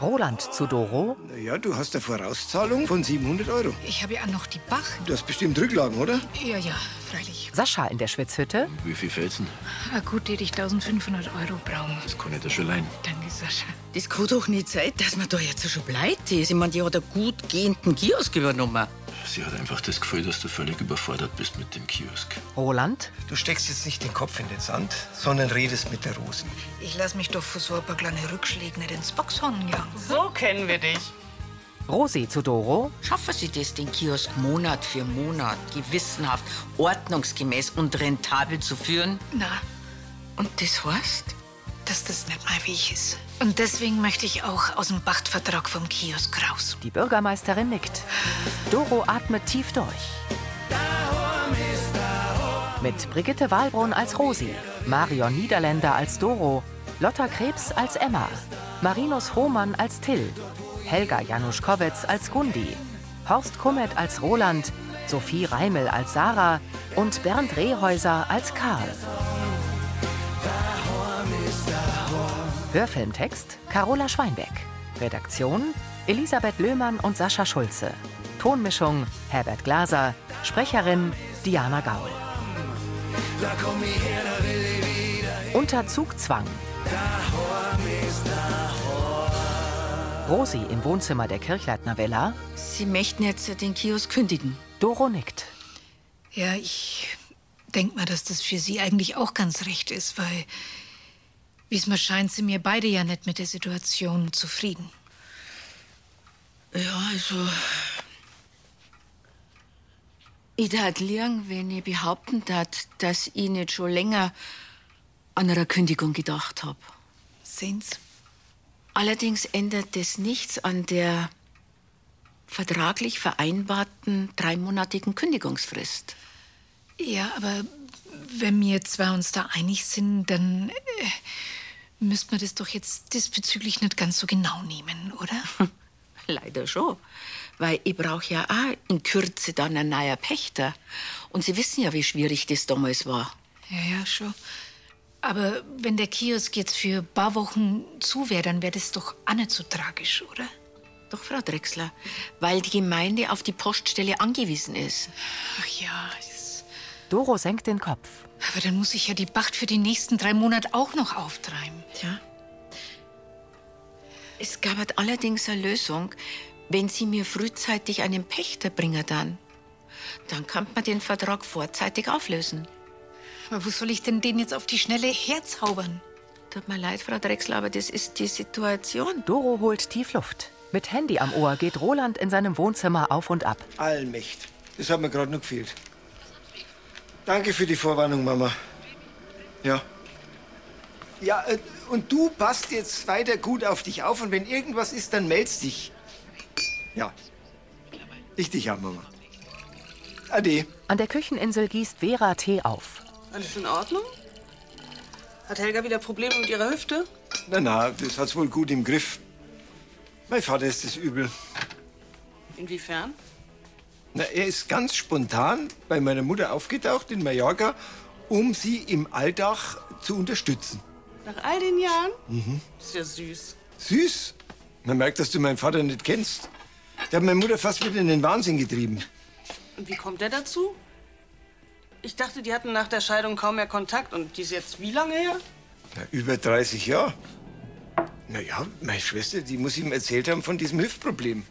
Roland zu Doro. Ja, du hast eine Vorauszahlung von 700 Euro. Ich habe ja noch die Bach. Du hast bestimmt Rücklagen, oder? Ja, ja, freilich. Sascha in der Schwitzhütte. Wie viel Felsen? Ah, Gut, hätte ich 1500 Euro brauchen. Das kann ich dir schon leihen. Danke, Sascha. Das kann doch nicht sein, dass man da jetzt schon pleite ist. Ich meine, die hat einen gut gehenden Kiosk übernommen. Sie hat einfach das Gefühl, dass du völlig überfordert bist mit dem Kiosk. Roland. Du steckst jetzt nicht den Kopf in den Sand, sondern redest mit der Rosi. Ich lasse mich doch für so ein paar kleine Rückschläge nicht ins Boxhorn jagen. So kennen wir dich. Rosi zu Doro. Schaffen Sie das, den Kiosk Monat für Monat gewissenhaft, ordnungsgemäß und rentabel zu führen? Na, Und das heißt? dass das nicht mein Weg ist. Und deswegen möchte ich auch aus dem Pachtvertrag vom Kiosk raus. Die Bürgermeisterin nickt. Doro atmet tief durch. Mit Brigitte Wahlbrunn als Rosi, Marion Niederländer als Doro, Lotta Krebs als Emma, Marinus Hohmann als Till, Helga Januszkowitz als Gundi, Horst Kummet als Roland, Sophie Reimel als Sarah und Bernd Rehäuser als Karl. Hörfilmtext Carola Schweinbeck. Redaktion Elisabeth Löhmann und Sascha Schulze. Tonmischung Herbert Glaser. Sprecherin Diana Gaul. Unter Zugzwang. Rosi im Wohnzimmer der Kirchleitner Villa. Sie möchten jetzt den Kiosk kündigen. Doro nickt. Ja, ich denke mal, dass das für Sie eigentlich auch ganz recht ist, weil, wie es mir scheint, sind wir beide ja nicht mit der Situation zufrieden. Ja, also. Ich tat liegen, wenn ich behaupten tat, dass ich nicht schon länger an einer Kündigung gedacht habe. Sehen's? Allerdings ändert das nichts an der vertraglich vereinbarten dreimonatigen Kündigungsfrist. Ja, aber wenn wir zwei uns da einig sind, dann äh, müsste man das doch jetzt diesbezüglich nicht ganz so genau nehmen, oder? Leider schon. Weil ich brauche ja auch in Kürze dann ein neuer Pächter. Und Sie wissen ja, wie schwierig das damals war. ja, ja, schon. Aber wenn der Kiosk jetzt für ein paar Wochen zu wäre, dann wäre das doch auch nicht so tragisch, oder? Doch, Frau Drechsler, weil die Gemeinde auf die Poststelle angewiesen ist. Ach ja, das- Doro senkt den Kopf. aber dann muss ich ja die Pacht für die nächsten drei Monate auch noch auftreiben. Tja. Es gab halt allerdings eine Lösung. Wenn Sie mir frühzeitig einen Pächter bringen, dann, dann kann man den Vertrag vorzeitig auflösen. Aber wo soll ich denn den jetzt auf die Schnelle herzaubern? Tut mir leid, Frau Drechsler, aber das ist die Situation. Doro holt tief Luft. Mit Handy am Ohr geht Roland in seinem Wohnzimmer auf und ab. Allmächt. Das hat mir gerade noch gefehlt. Danke für die Vorwarnung, Mama. Ja. Ja, äh, und du passt jetzt weiter gut auf dich auf und wenn irgendwas ist, dann meldst dich. Ja. Ich dich auch, Mama. Ade. An der Kücheninsel gießt Vera Tee auf. Alles in Ordnung? Hat Helga wieder Probleme mit ihrer Hüfte? Na, na, das hat's wohl gut im Griff. Mein Vater ist es übel. Inwiefern? Na, er ist ganz spontan bei meiner Mutter aufgetaucht in Mallorca, um sie im Alltag zu unterstützen. Nach all den Jahren? Mhm. Ist ja süß. Süß. Man merkt, dass du meinen Vater nicht kennst. Der hat meine Mutter fast wieder in den Wahnsinn getrieben. Und wie kommt der dazu? Ich dachte, die hatten nach der Scheidung kaum mehr Kontakt und die ist jetzt wie lange her? Na, über 30 Jahre. Na ja, meine Schwester, die muss ihm erzählt haben von diesem Hüftproblem.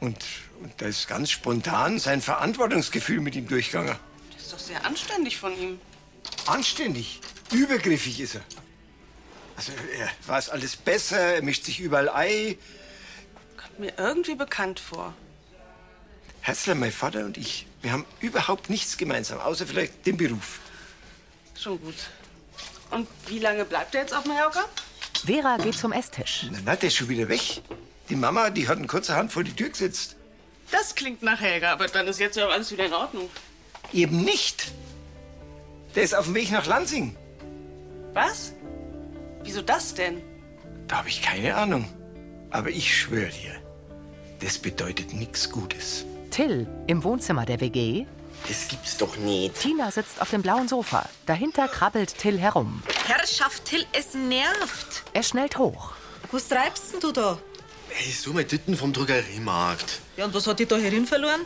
Und, und da ist ganz spontan sein Verantwortungsgefühl mit ihm durchgegangen. Das ist doch sehr anständig von ihm. Anständig, übergriffig ist er. Also er weiß alles besser, er mischt sich überall ein. Kommt mir irgendwie bekannt vor. Herzler, mein Vater und ich, wir haben überhaupt nichts gemeinsam, außer vielleicht den Beruf. Schon gut. Und wie lange bleibt er jetzt auf Mallorca? Vera geht zum Esstisch. Na, na, der ist schon wieder weg. Die Mama, die hat ihn kurzerhand vor die Tür gesetzt. Das klingt nach Helga, aber dann ist jetzt ja alles wieder in Ordnung. Eben nicht. Der ist auf dem Weg nach Lansing. Was? Wieso das denn? Da habe ich keine Ahnung. Aber ich schwöre dir, das bedeutet nichts Gutes. Till im Wohnzimmer der WG. Das gibt's doch nicht. Tina sitzt auf dem blauen Sofa. Dahinter krabbelt Till herum. Herrschaft, Till, es nervt. Er schnellt hoch. Was treibst denn du da? Ich suche mal Titten vom Drogeriemarkt. Ja, und was hat die da herin verloren?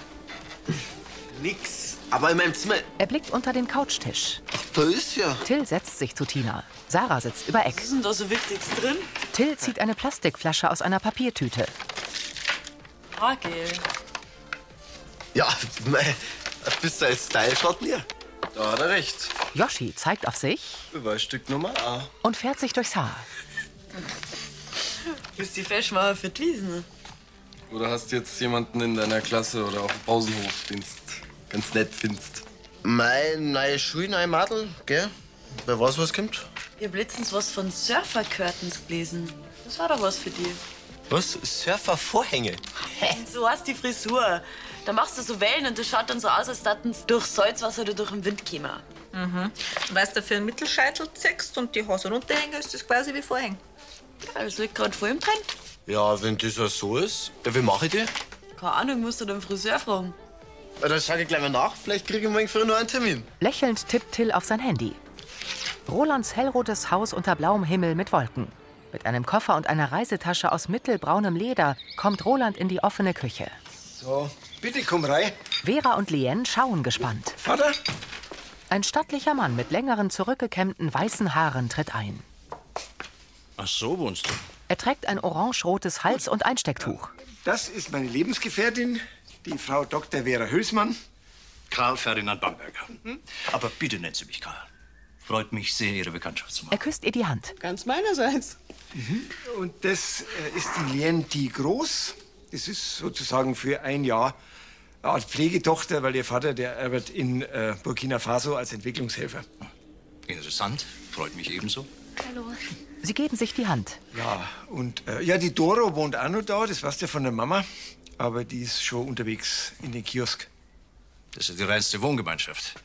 Nix. Aber in meinem Zimmer, Er blickt unter den Couchtisch. da ist ja. Till setzt sich zu Tina. Sarah sitzt über Eck. Was ist denn da so Wichtiges drin? Till zieht eine Plastikflasche aus einer Papiertüte. Ah, Hagel. Ja, mei, ein bisschen als Style schaut mir. Da hat er recht. Yoshi zeigt auf sich Beweisstück Nummer A. und fährt sich durchs Haar. Ist die Feschmauer für die Wiesen? Oder hast jetzt jemanden in deiner Klasse oder auf dem Pausenhof, den ganz nett findest? Mein neue Schuhe, neue Madel, gell? Wer weiß, was kommt? Ich hab letztens was von Surfer-Curtains gelesen. Das war doch was für dich. Was? Surfervorhänge? So hast die Frisur. Da machst du so Wellen und das schaut dann so aus, als würden durch Salzwasser oder durch den Wind käme. Mhm. Weißt du, für einen Mittelscheitel ziehst und die Hose runterhängst, ist das quasi wie Vorhang. Also halt ich gerade vor ihm drin. Ja, wenn das auch so ist, ja, wie mache ich die? Keine Ahnung, musst du den Friseur fragen. Ja, dann schau ich gleich mal nach, vielleicht kriegen wir früher noch einen Termin. Lächelnd tippt Till auf sein Handy. Rolands hellrotes Haus unter blauem Himmel mit Wolken. Mit einem Koffer und einer Reisetasche aus mittelbraunem Leder kommt Roland in die offene Küche. So, bitte komm rein. Vera und Lien schauen gespannt. Vater? Ein stattlicher Mann mit längeren, zurückgekämmten weißen Haaren tritt ein. Ach so, wohnst du? Er trägt ein orange-rotes Hals- und Einstecktuch. Das ist meine Lebensgefährtin, die Frau Dr. Vera Hülsmann. Karl Ferdinand Bamberger. Hm? Aber bitte nennen Sie mich Karl. Freut mich sehr, Ihre Bekanntschaft zu Er machen. küsst ihr die Hand. Ganz meinerseits. Mhm. Und das äh, ist die Lien die Groß. Das ist sozusagen für ein Jahr eine Art Pflegetochter, weil ihr Vater, der arbeitet in äh, Burkina Faso als Entwicklungshelfer. Interessant, freut mich ebenso. Sie geben sich die Hand. Ja, und äh, ja, die Doro wohnt auch noch da, das weißt du von der Mama. Aber die ist schon unterwegs in den Kiosk. Das ist die reinste Wohngemeinschaft.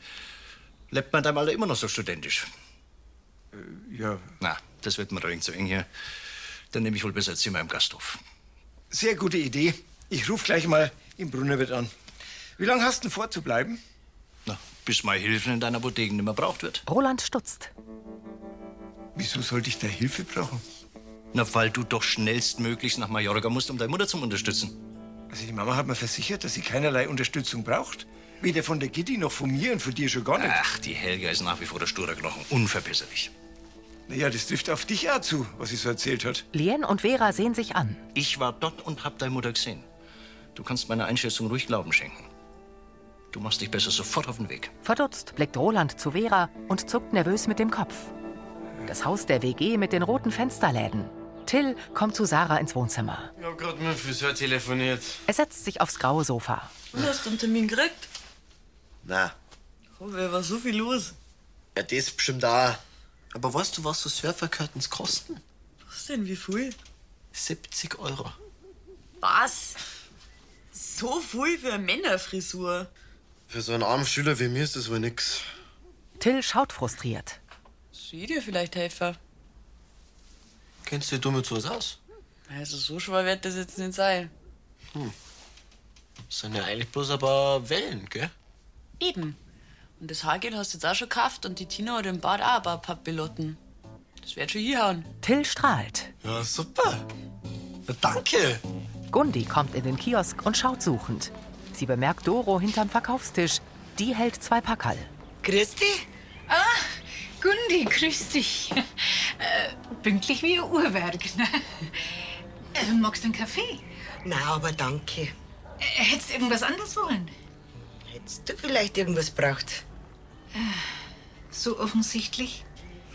Lebt man da mal immer noch so studentisch? Äh, Ja, Na, das wird mir dringend zu eng hier. Dann nehme ich wohl besser ein Zimmer im Gasthof. sehr gute Idee. Ich ruf gleich mal im Brunnerwirt an. Wie lange hast du denn vor zu bleiben? Na, bis meine Hilfe in deiner Apotheke nicht mehr braucht wird. Roland stutzt. Wieso sollte ich da Hilfe brauchen? Na, weil du doch schnellstmöglich nach Mallorca musst, um deine Mutter zu unterstützen. Also die Mama hat mir versichert, dass sie keinerlei Unterstützung braucht. Weder von der Gitti noch von mir und von dir schon gar nicht. Ach, die Helga ist nach wie vor der sture Knochen. Unverbesserlich. Naja, das trifft auf dich auch zu, was sie so erzählt hat. Lien und Vera sehen sich an. Ich war dort und hab deine Mutter gesehen. Du kannst meiner Einschätzung ruhig Glauben schenken. Du machst dich besser sofort auf den Weg. Verdutzt blickt Roland zu Vera und zuckt nervös mit dem Kopf. Das Haus der WG mit den roten Fensterläden. Till kommt zu Sarah ins Wohnzimmer. Ich hab grad mit dem Friseur telefoniert. Er setzt sich aufs graue Sofa. Du hast einen Termin gekriegt. Na, Oh, wer war so viel los? ja, das bestimmt auch. Aber weißt du, was so Surferkartens kosten? Was denn, wie viel? 70 Euro. Was? So viel für eine Männerfrisur. Für so einen armen Schüler wie mir ist das wohl nix. Till schaut frustriert. Sie dir vielleicht helfen. Kennst du dich damit sowas aus? Also so schwer wird das jetzt nicht sein. Das sind ja eigentlich bloß aber Wellen, gell? Eben. Und das Haargel hast du jetzt auch schon gekauft und die Tina oder den Bart auch ein paar Papillotten. Das wird schon hinhauen. Till strahlt. Ja, super. Na, danke. Gundi kommt in den Kiosk und schaut suchend. Sie bemerkt Doro hinterm Verkaufstisch. Die hält zwei Packerl. Grüß dich. Ah, Gundi, grüß dich. Äh, pünktlich wie ein Uhrwerk. Ne? Äh, magst du einen Kaffee? Na, aber danke. Äh, hättest du irgendwas anderes wollen? Hättest du vielleicht irgendwas braucht? Äh, So offensichtlich.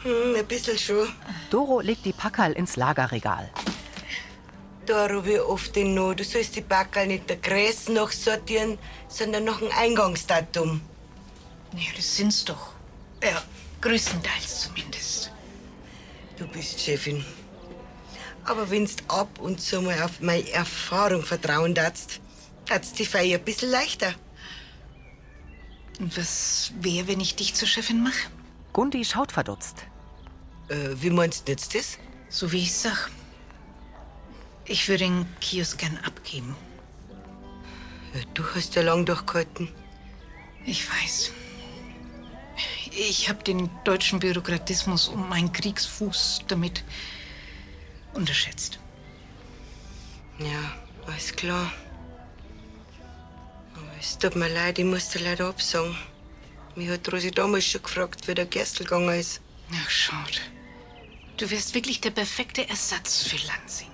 Hm, ein bisschen schon. Doro legt die Packerl ins Lagerregal. Da rufe ich oft in Not. Du sollst die Backerl nicht der Größe nach sortieren, sondern nach dem Eingangsdatum. Ja, das sind's doch. Ja, größtenteils zumindest. Du bist Chefin. Aber wenn's ab und zu mal auf meine Erfahrung vertrauen darfst, hat's die Feier ein bisschen leichter. Und was wäre, wenn ich dich zur Chefin mache? Gundi schaut verdutzt. Äh, wie meinst du jetzt das? So wie ich sag. Ich würde den Kiosk gern abgeben. Ja, du hast ja lang durchgehalten. Ich weiß. Ich habe den deutschen Bürokratismus um meinen Kriegsfuß damit unterschätzt. Ja, alles klar. Aber es tut mir leid, ich musste leider absagen. Mich hat Rosi damals schon gefragt, wie der Gerstl gegangen ist. Ach, schaut. Du wärst wirklich der perfekte Ersatz für Lansing.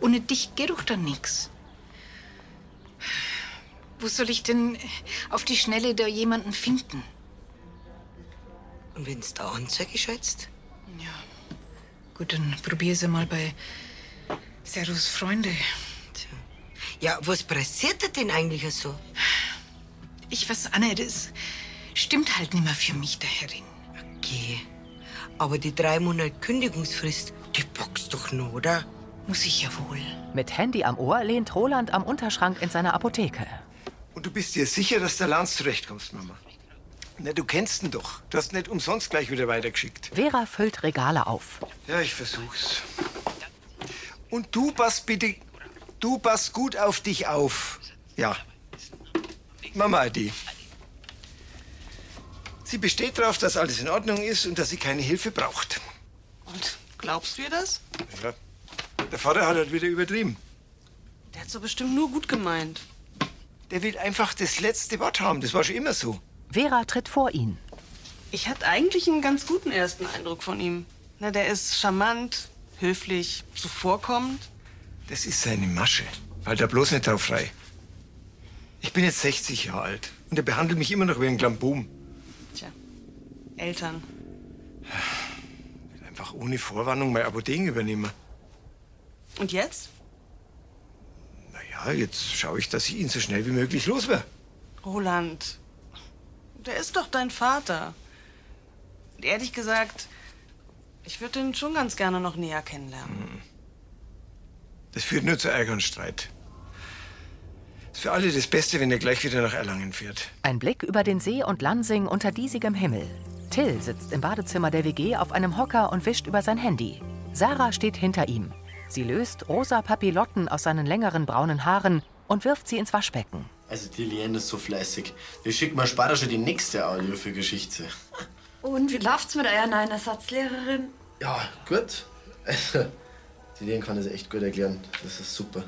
Ohne dich geht doch da nix. Wo soll ich denn auf die Schnelle da jemanden finden? Und wenn's da Anzeige schätzt? Ja. Gut, dann probier's mal bei Serus Freunde. Ja, Äh, was pressiert er denn eigentlich so? Ich weiß auch nicht, das stimmt halt nicht mehr für mich, der Herrin. Geh. Aber die drei Monate Kündigungsfrist, die boxt doch nur, oder? Muss ich ja wohl. Mit Handy am Ohr lehnt Roland am Unterschrank in seiner Apotheke. Und du bist dir sicher, dass der Lanz zurechtkommst, Mama? Na, du kennst ihn doch. Du hast ihn nicht umsonst gleich wieder weitergeschickt. Vera füllt Regale auf. Ja, ich versuch's. Und du passt bitte. Du passt gut auf dich auf. Ja. Mama, die. Sie besteht darauf, dass alles in Ordnung ist und dass sie keine Hilfe braucht. Und glaubst du ihr das? Ja. Der Vater hat halt wieder übertrieben. Der hat so bestimmt nur gut gemeint. Der will einfach das letzte Wort haben. Das war schon immer so. Vera tritt vor ihn. Ich hatte eigentlich einen ganz guten ersten Eindruck von ihm. Na, der ist charmant, höflich, zuvorkommend. Das ist seine Masche. Halt da bloß nicht drauf frei. Ich bin jetzt 60 Jahre alt und er behandelt mich immer noch wie ein Glamboom. Tja, Eltern. Einfach ohne Vorwarnung meine Apotheken übernehmen. Und jetzt? Ja, jetzt schaue ich, dass ich ihn so schnell wie möglich los werde. Roland. Der ist doch dein Vater. Und ehrlich gesagt, ich würde den schon ganz gerne noch näher kennenlernen. Das führt nur zu Ärger und Streit. Ist für alle das Beste, wenn er gleich wieder nach Erlangen fährt. Ein Blick über den See und Lansing unter diesigem Himmel. Till sitzt im Badezimmer der WG auf einem Hocker und wischt über sein Handy. Sarah steht hinter ihm. Sie löst rosa Papillotten aus seinen längeren braunen Haaren und wirft sie ins Waschbecken. Also die Liane ist so fleißig. Wir schicken mal später schon die nächste Audio für Geschichte. Und wie läuft's mit eurer neuen Ersatzlehrerin? Ja, gut. Also, die Liane kann das echt gut erklären. Das ist super.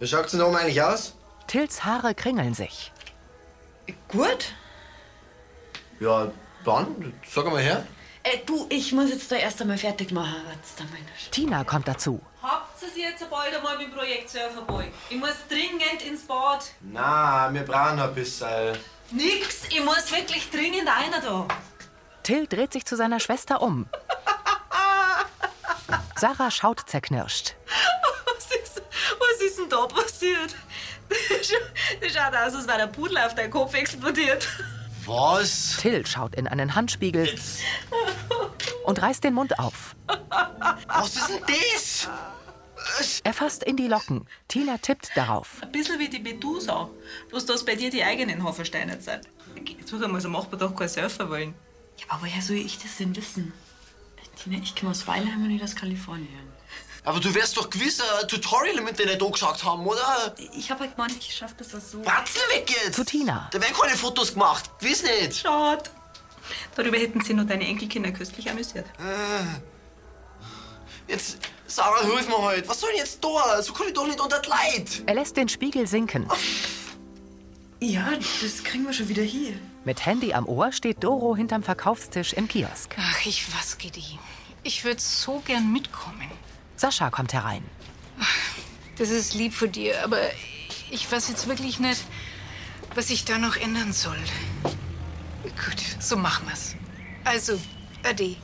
Wie schaut sie noch mal eigentlich aus? Tills Haare kringeln sich. Gut? Ja, dann, sag mal her. Äh, du, ich muss jetzt da erst einmal fertig machen. Wart's da mal. Tina kommt dazu. Habt ihr jetzt bald einmal mit dem Projekt Surfer Boy? Ich muss dringend ins Bad. Na, wir brauchen noch ein bisschen. Nix, ich muss wirklich dringend einer da. Till dreht sich zu seiner Schwester um. Sarah schaut zerknirscht. Was ist, was ist denn da passiert? Das scha- das schaut aus, als wäre der Pudel auf deinen Kopf explodiert. Was? Till schaut in einen Handspiegel und reißt den Mund auf. Was ist denn das? Er fasst in die Locken. Tina tippt darauf. Ein bisschen wie die Medusa. Bloß, dass bei dir die eigenen Hafersteine sind. Jetzt muss einmal, so macht man doch keinen Surfer wollen. Ja, aber woher soll ich das denn wissen? Tina, ich komme aus Weilheim und nicht aus Kalifornien. Aber du wärst doch gewiss ein Tutorial mit denen angeschaut haben, oder? Ich habe halt mal nicht geschafft, dass das so. Batzel weg jetzt! Zu Tina. Da werden keine Fotos gemacht. Gewiss nicht. Schade. Darüber hätten sie nur deine Enkelkinder köstlich amüsiert. Äh, Jetzt, Sarah, hilf mir halt. Was soll ich jetzt da? So kann ich doch nicht unter die Leid. Er lässt den Spiegel sinken. Ja, das kriegen wir schon wieder hier. Mit Handy am Ohr steht Doro hinterm Verkaufstisch im Kiosk. Ach, ich was, Gedi. Ich würde so gern mitkommen. Sascha kommt herein. Das ist lieb von dir, aber ich weiß jetzt wirklich nicht, was ich da noch ändern soll. Gut, so machen wir's. Also, Ade.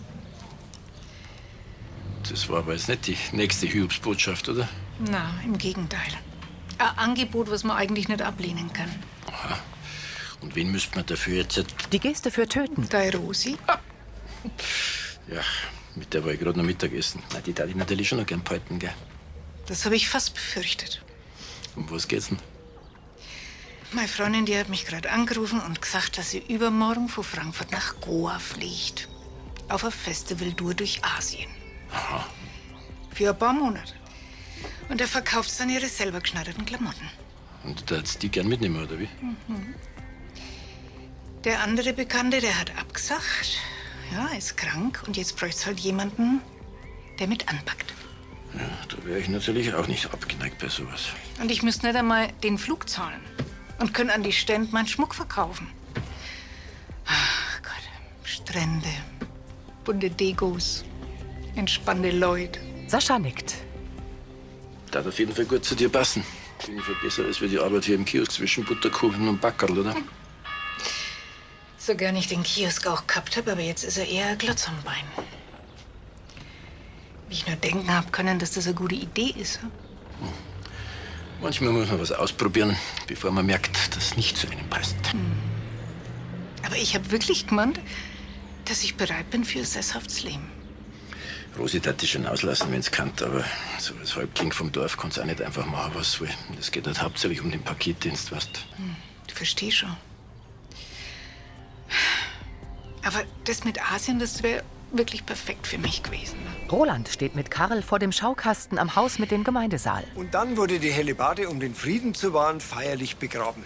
Das war aber jetzt nicht die nächste Hiobsbotschaft, oder? Na, im Gegenteil. Ein Angebot, was man eigentlich nicht ablehnen kann. Und wen müsste man dafür jetzt. Die Geste für Töten. Ah. Dei Rosi? Ja, mit der war ich gerade noch Mittagessen. Na, die darf ich natürlich schon noch gern behalten, gell? Das habe ich fast befürchtet. Um was geht's denn? Meine Freundin, die hat mich gerade angerufen und gesagt, dass sie übermorgen von Frankfurt nach Goa fliegt. Auf ein Festivaltour durch Asien. Für ein paar Monate. Und er verkauft dann ihre selber geschneiderten Klamotten. Und du darfst die gern mitnehmen, oder wie? Mhm. Der andere Bekannte, der hat abgesagt. Ja, ist krank und jetzt bräuchte es halt jemanden, der mit anpackt. Ja, da wäre ich natürlich auch nicht abgeneigt bei sowas. Und ich müsste nicht einmal den Flug zahlen und können an die Stände meinen Schmuck verkaufen. Ach Gott, Strände, bunte Degos, entspannte Leute. Sascha nickt. Da auf jeden Fall gut zu dir passen. Bin ich besser als wir die Arbeit hier im Kiosk zwischen Butterkuchen und Backerl, oder? So gern ich den Kiosk auch gehabt habe, aber jetzt ist er eher Glotz am Bein. Wie ich nur denken habe können, dass das eine gute Idee ist. hm? Manchmal muss man was ausprobieren, bevor man merkt, dass es nicht zu einem passt. Aber ich habe wirklich gemeint, dass ich bereit bin für ein sesshaftes Leben. Rosi hat dich schon auslassen, wenn's kannt, aber so als Häuptling vom Dorf kannst du auch nicht einfach machen, was soll. Es geht halt hauptsächlich um den Paketdienst, weißt du. Hm, ich verstehe schon. Aber das mit Asien, das wäre wirklich perfekt für mich gewesen. Roland steht mit Karl vor dem Schaukasten am Haus mit dem Gemeindesaal. Und dann wurde die Hellebarde, um den Frieden zu wahren, feierlich begraben.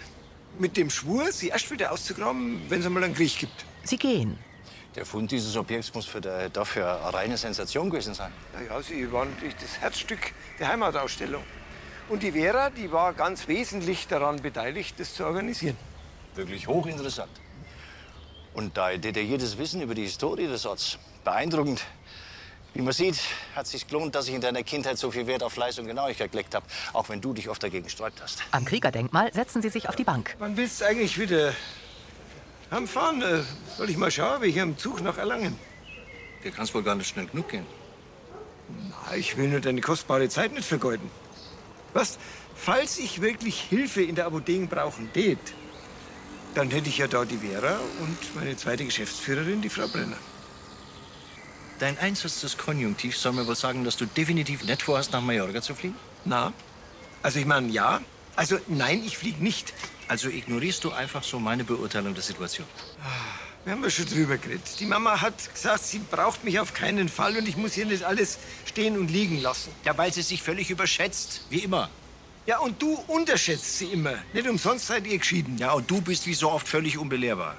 Mit dem Schwur, sie erst wieder auszugraben, wenn es einmal einen Krieg gibt. Sie gehen. Der Fund dieses Objekts muss für der, dafür eine reine Sensation gewesen sein. Naja, sie waren natürlich das Herzstück der Heimatausstellung. Und die Vera, die war ganz wesentlich daran beteiligt, das zu organisieren. Wirklich hochinteressant. Und dein detailliertes Wissen über die Historie des Orts, beeindruckend. Wie man sieht, hat es sich gelohnt, dass ich in deiner Kindheit so viel Wert auf Fleiß und Genauigkeit gelegt habe, auch wenn du dich oft dagegen sträubt hast. Am Kriegerdenkmal setzen sie sich auf die Bank. Wann willst du eigentlich wieder am Fahren? Äh, Soll ich mal schauen, wie ich am Zug nach Erlangen? Dir kann es wohl gar nicht schnell genug gehen. Na, ich will nur deine kostbare Zeit nicht vergeuden. Was? Falls ich wirklich Hilfe in der Apotheke brauchen tät, dann hätte ich ja da die Vera und meine zweite Geschäftsführerin, die Frau Brenner. Dein Einsatz des Konjunktivs soll mir wohl sagen, dass du definitiv nicht vorhast, nach Mallorca zu fliegen? Na, also ich meine, ja. Also nein, ich fliege nicht. Also ignorierst du einfach so meine Beurteilung der Situation. Ah, Wir haben ja schon drüber geredet. Die Mama hat gesagt, sie braucht mich auf keinen Fall und ich muss hier nicht alles stehen und liegen lassen. Ja, weil sie sich völlig überschätzt, wie immer. Ja, und du unterschätzt sie immer. Nicht umsonst seid ihr geschieden. Ja, und du bist wie so oft völlig unbelehrbar.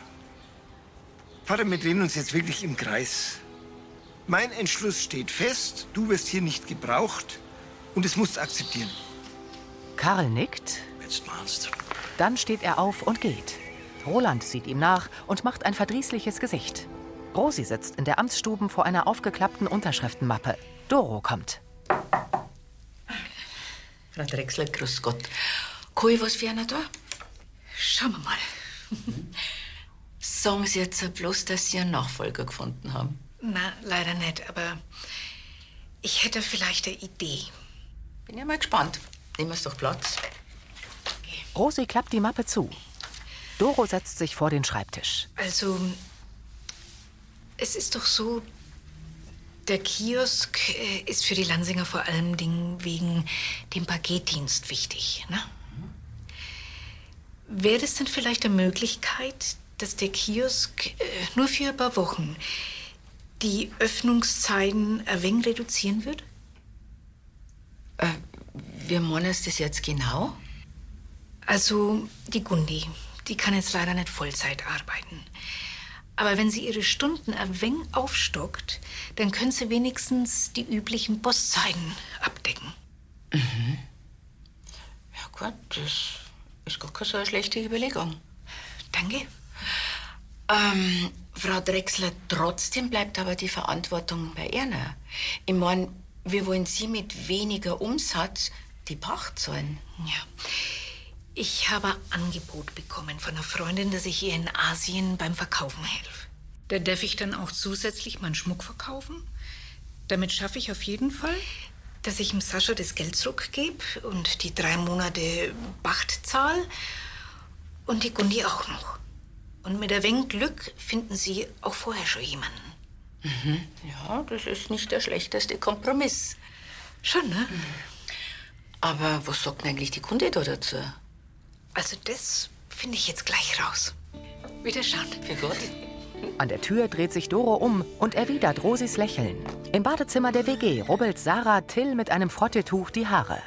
Vater, wir drehen uns jetzt wirklich im Kreis. Mein Entschluss steht fest, du wirst hier nicht gebraucht und es musst du akzeptieren. Karl nickt. Jetzt meinst Dann steht er auf und geht. Roland sieht ihm nach und macht ein verdrießliches Gesicht. Rosi sitzt in der Amtsstuben vor einer aufgeklappten Unterschriftenmappe. Doro kommt. Frau Drechsler, grüß Gott. Kann ich was für einer da? Schauen wir mal. Sagen Sie jetzt bloß, dass Sie einen Nachfolger gefunden haben. Na, leider nicht, aber ich hätte vielleicht eine Idee. Bin ja mal gespannt. Nehmen wir es doch Platz. Rosi klappt die Mappe zu. Doro setzt sich vor den Schreibtisch. Also, es ist doch so, der Kiosk äh, ist für die Lansinger vor allem Dingen wegen dem Paketdienst wichtig. Ne? Wäre es denn vielleicht eine Möglichkeit, dass der Kiosk äh, nur für ein paar Wochen die Öffnungszeiten ein wenig reduzieren wird? Wie Äh, meinen Sie das jetzt genau? Also die Gundi, die kann jetzt leider nicht Vollzeit arbeiten. Aber wenn sie ihre Stunden ein wenig aufstockt, dann können sie wenigstens die üblichen Postzeiten abdecken. Oh Ja gut, das ist gar keine so eine schlechte Überlegung. Danke. Ähm, Frau Drechsler, trotzdem bleibt aber die Verantwortung bei Ihnen. Ich meine, wir wollen Sie mit weniger Umsatz die Pacht zahlen. Ja. Ich habe ein Angebot bekommen von einer Freundin, dass ich ihr in Asien beim Verkaufen helfe. Da darf ich dann auch zusätzlich meinen Schmuck verkaufen. Damit schaffe ich auf jeden Fall, dass ich dem Sascha das Geld zurückgebe und die drei Monate Pacht zahle und die Gundi auch noch. Und mit ein wenig Glück finden sie auch vorher schon jemanden. Mhm. Ja, das ist nicht der schlechteste Kompromiss. Schon, ne? Mhm. Aber was sagt denn eigentlich die Kunde da dazu? Also das finde ich jetzt gleich raus. Wieder schauen. Für Gott. An der Tür dreht sich Doro um und erwidert Rosis Lächeln. Im Badezimmer der WG rubbelt Sarah Till mit einem Frottetuch die Haare.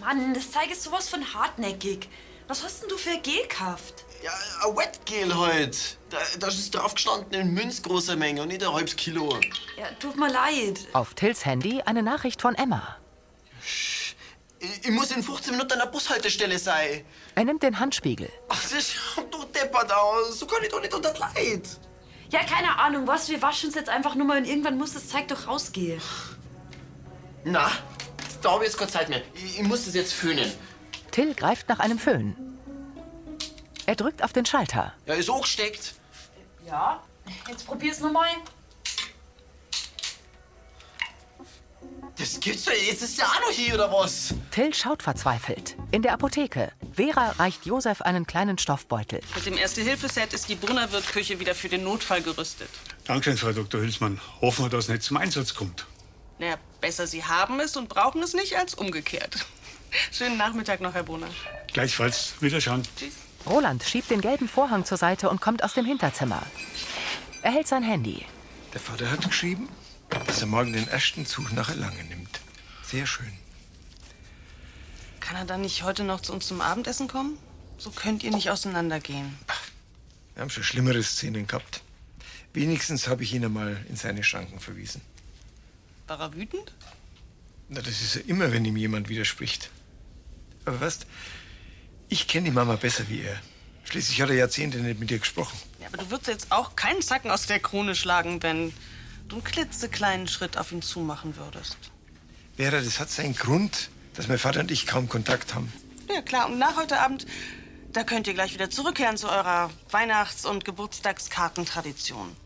Mann, das zeige sowas von hartnäckig. Was hast denn du für ein G gekauft? Ja, Äh, ein Wetgel halt. Da, da ist drauf gestanden in münzgroßer Menge und nicht ein halbes Kilo. Ja, tut mir leid. Auf Tills Handy eine Nachricht von Emma. Ich, ich muss in 15 Minuten an der Bushaltestelle sein. Er nimmt den Handspiegel. Ach, das schaut doch deppert aus. So kann ich doch nicht unter die Leid. Ja, keine Ahnung, was, wir waschen uns jetzt einfach nur mal und irgendwann muss das Zeug doch rausgehen. Na, da habe ich jetzt keine Zeit mehr. Ich, ich muss das jetzt föhnen. Till greift nach einem Föhn. Er drückt auf den Schalter. Ja, ist hochgesteckt. Ja, jetzt probier's nochmal. Das gibt's doch. Jetzt ist ja auch noch hier, Hm. oder was? Till schaut verzweifelt. In der Apotheke. Vera reicht Josef einen kleinen Stoffbeutel. Mit dem Erste-Hilfe-Set ist die Brunner Wirtküche wieder für den Notfall gerüstet. Dankeschön, Frau Dr. Hülsmann. Hoffen wir, dass es nicht zum Einsatz kommt. Naja, besser Sie haben es und brauchen es nicht als umgekehrt. Schönen Nachmittag noch, Herr Brunner. Gleichfalls. Wiederschauen. Roland schiebt den gelben Vorhang zur Seite und kommt aus dem Hinterzimmer. Er hält sein Handy. Der Vater hat geschrieben, dass er morgen den ersten Zug nach Erlangen nimmt. Sehr schön. Kann er dann nicht heute noch zu uns zum Abendessen kommen? So könnt ihr nicht auseinandergehen. Wir haben schon schlimmere Szenen gehabt. Wenigstens habe ich ihn einmal in seine Schranken verwiesen. War er wütend? Na, das ist ja immer, wenn ihm jemand widerspricht. Aber weißt, ich kenne die Mama besser wie er. Schließlich hat er Jahrzehnte nicht mit ihr gesprochen. Ja, aber du würdest jetzt auch keinen Zacken aus der Krone schlagen, wenn du einen klitzekleinen Schritt auf ihn zumachen würdest. Vera, das hat seinen Grund, dass mein Vater und ich kaum Kontakt haben. Ja, klar. Und nach heute Abend, da könnt ihr gleich wieder zurückkehren zu eurer Weihnachts- und Geburtstagskartentradition.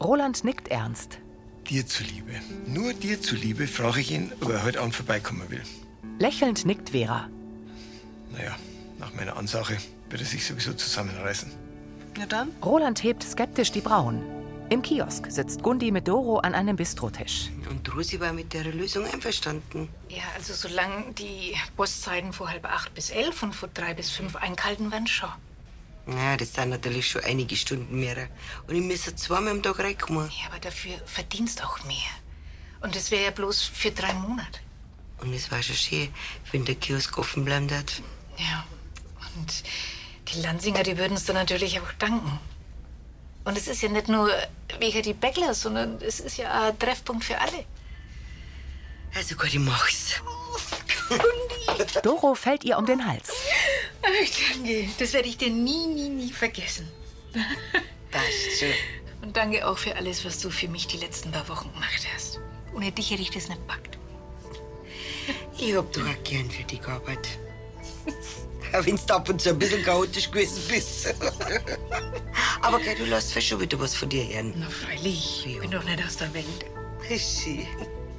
Roland nickt ernst. Dir zuliebe, nur dir zuliebe, frage ich ihn, ob er heute Abend vorbeikommen will. Lächelnd nickt Vera. Naja, nach meiner Ansage wird er sich sowieso zusammenreißen. Na dann? Roland hebt skeptisch die Brauen. Im Kiosk sitzt Gundi mit Doro an einem Bistrotisch. Und Rosi war mit der Lösung einverstanden. Ja, also solange die Buszeiten von halb acht bis elf und von drei bis fünf einkalten werden, schon. Ja, das sind natürlich schon einige Stunden mehr. Und ich müsste zweimal am Tag reinkommen. Ja, aber dafür verdienst auch mehr. Und das wäre ja bloß für drei Monate. Und es war schon schön, wenn der Kiosk offen bleiben hat. Ja. Und die Lansinger, die würden es dann natürlich auch danken. Und es ist ja nicht nur wegen die Bäckler, sondern es ist ja ein Treffpunkt für alle. Also gut, ich mach's. Doro fällt ihr um den Hals. Ach, danke. Das werde ich dir nie, nie, nie vergessen. Passt schon. Und danke auch für alles, was du für mich die letzten paar Wochen gemacht hast. Ohne dich hätte ich das nicht packt. Ich hab doch auch gern für dich gearbeitet. Auch wenn du ab und zu ein bisschen chaotisch gewesen bist. Aber gell, du lässt fast schon wieder was von dir hören. Na, freilich. Ich bin doch nicht aus der Welt. Schön.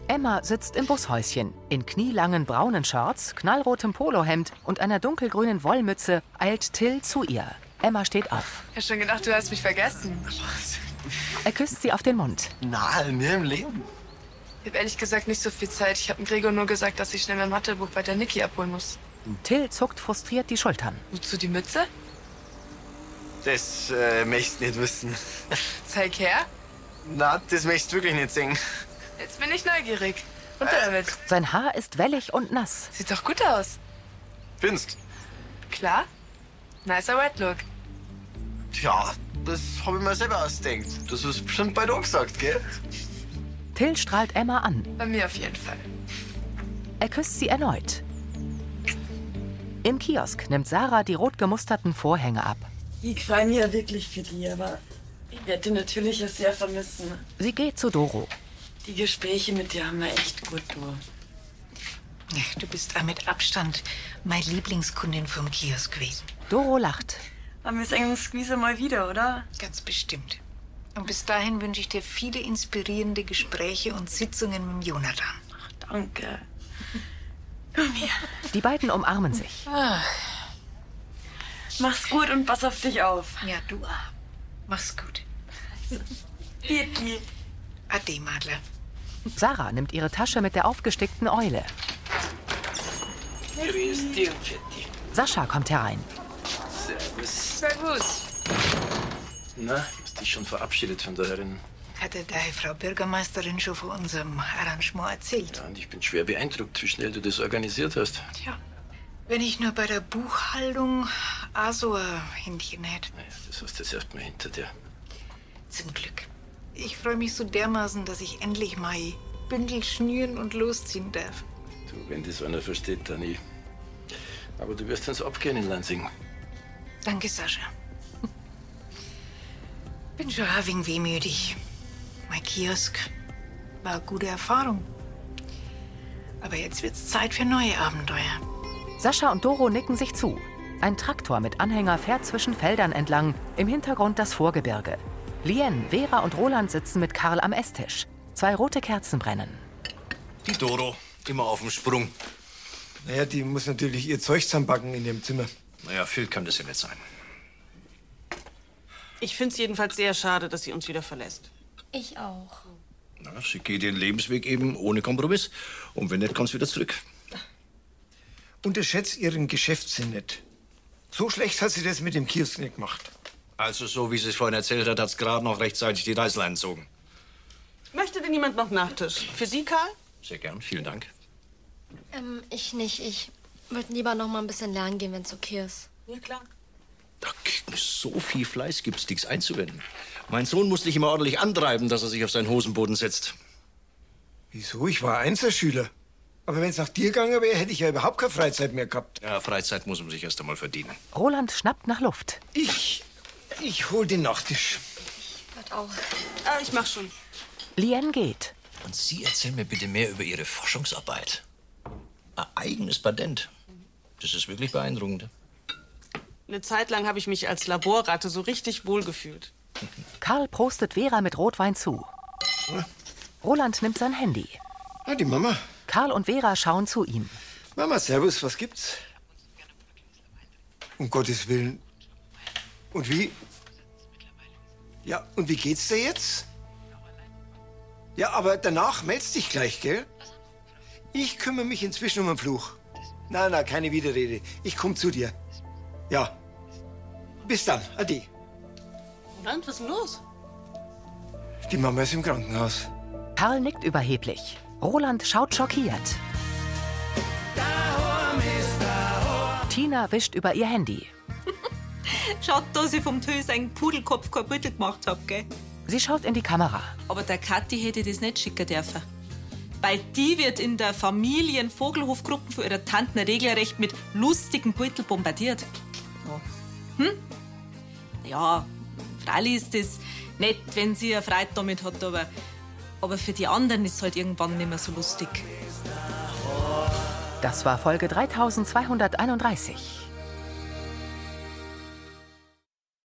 Emma sitzt im Bushäuschen. In knielangen braunen Shorts, knallrotem Polohemd und einer dunkelgrünen Wollmütze eilt Till zu ihr. Emma steht auf. Ich hab schon gedacht, du hast mich vergessen. Er küsst sie auf den Mund. Na, nie im Leben. Ich hab ehrlich gesagt nicht so viel Zeit. Ich hab dem Gregor nur gesagt, dass ich schnell mein Mathebuch bei der Niki abholen muss. Till zuckt frustriert die Schultern. Wozu die Mütze? Das äh, möchtest nicht wissen. Zeig her. Na, das möchtest wirklich nicht sehen. Jetzt bin ich neugierig. Runter damit. Sein Haar ist wellig und nass. Sieht doch gut aus. Findest? Klar. Nicer Red Look. Tja, das habe ich mir selber ausgedacht. Das ist bestimmt bei dir gesagt, gell? Till strahlt Emma an. Bei mir auf jeden Fall. Er küsst sie erneut. Im Kiosk nimmt Sarah die rot gemusterten Vorhänge ab. Die gefallen mir wirklich für die, aber ich werde die natürlich ja sehr vermissen. Sie geht zu Doro. Die Gespräche mit dir haben wir echt gut durch. Ach, du bist auch mit Abstand meine Lieblingskundin vom Kiosk gewesen. Doro lacht. Aber wir sehen uns gewiss mal wieder, oder? Ganz bestimmt. Und bis dahin wünsche ich dir viele inspirierende Gespräche und Sitzungen mit Jonathan. Danke. Die beiden umarmen sich. Ah. Ach. Mach's gut und pass auf dich auf. Ja, du auch. Mach's gut. Wirklich. Ade, Madler. Sarah nimmt ihre Tasche mit der aufgestickten Eule. Grüß dich und fertig. Sascha kommt herein. Servus. Sehr gut. Na, hast dich schon verabschiedet von der Herrin. Hatte deine Frau Bürgermeisterin schon von unserem Arrangement erzählt? Ja, und ich bin schwer beeindruckt, wie schnell du das organisiert hast. Wenn ich nur bei der Buchhaltung Azur-Händchen hätte. Das hast du jetzt erstmal hinter dir. Zum Glück. Ich freue mich so dermaßen, dass ich endlich mal Bündel schnüren und losziehen darf. Du, wenn das einer versteht, dann ich. Aber du wirst uns abgehen in Lansing. Danke, Sascha. Bin schon ein wenig wehmütig. Mein Kiosk war eine gute Erfahrung. Aber jetzt wird's Zeit für neue Abenteuer. Sascha und Doro nicken sich zu. Ein Traktor mit Anhänger fährt zwischen Feldern entlang, im Hintergrund das Vorgebirge. Lien, Vera und Roland sitzen mit Karl am Esstisch. Zwei rote Kerzen brennen. Die Doro, immer auf dem Sprung. Naja, die muss natürlich ihr Zeug zusammenbacken in ihrem Zimmer. Naja, viel kann das ja nicht sein. Ich find's jedenfalls sehr schade, dass sie uns wieder verlässt. Ich auch. Na, sie geht ihren Lebensweg eben ohne Kompromiss. Und wenn nicht, kommt's wieder zurück. Unterschätzt ihren Geschäftssinn nicht. So schlecht hat sie das mit dem Kiosk nicht gemacht. Also, so wie sie es vorhin erzählt hat, hat's gerade noch rechtzeitig die Reißleine gezogen. Möchte denn jemand noch Nachtisch? Für Sie, Karl? Sehr gern, vielen Dank. Ähm, ich nicht. Ich würde lieber noch mal ein bisschen lernen gehen, wenn's okay ist. Ja, klar. So viel Fleiß gibt's, nichts einzuwenden. Mein Sohn muss dich immer ordentlich antreiben, dass er sich auf seinen Hosenboden setzt. Wieso? Ich war Einzelschüler. Aber wenn es nach dir gegangen wäre, hätte ich ja überhaupt keine Freizeit mehr gehabt. Ja, Freizeit muss man sich erst einmal verdienen. Roland schnappt nach Luft. Ich. Ich hol den Nachtisch. Wird auch. Ah, ich mach schon. Lien geht. Und Sie erzählen mir bitte mehr über Ihre Forschungsarbeit. Ein eigenes Patent. Das ist wirklich beeindruckend. Eine Zeit lang habe ich mich als Laborratte so richtig wohlgefühlt. Karl prostet Vera mit Rotwein zu. Roland nimmt sein Handy. Ah, die Mama. Karl und Vera schauen zu ihm. Mama, servus, was gibt's? Um Gottes Willen. Und wie? Ja, und wie geht's dir jetzt? Ja, aber danach meldest dich gleich, gell? Ich kümmere mich inzwischen um den Fluch. Na, na, keine Widerrede. Ich komm zu dir. Ja. Bis dann. Ade. Roland, was ist denn los? Die Mama ist im Krankenhaus. Karl nickt überheblich. Roland schaut schockiert. Tina wischt über ihr Handy. Schaut, dass ich vom Till seinen Pudelkopf kein Büttel gemacht hab, gell? Sie schaut in die Kamera. Aber der Kathi hätte das nicht schicken dürfen. Weil die wird in der Familienvogelhofgruppe von ihrer Tanten regelrecht mit lustigen Beutel bombardiert. Ja. Hm? Ja, freilich ist das nett, wenn sie eine Freude damit hat, aber, aber für die anderen ist es halt irgendwann nicht mehr so lustig. Das war Folge 3231.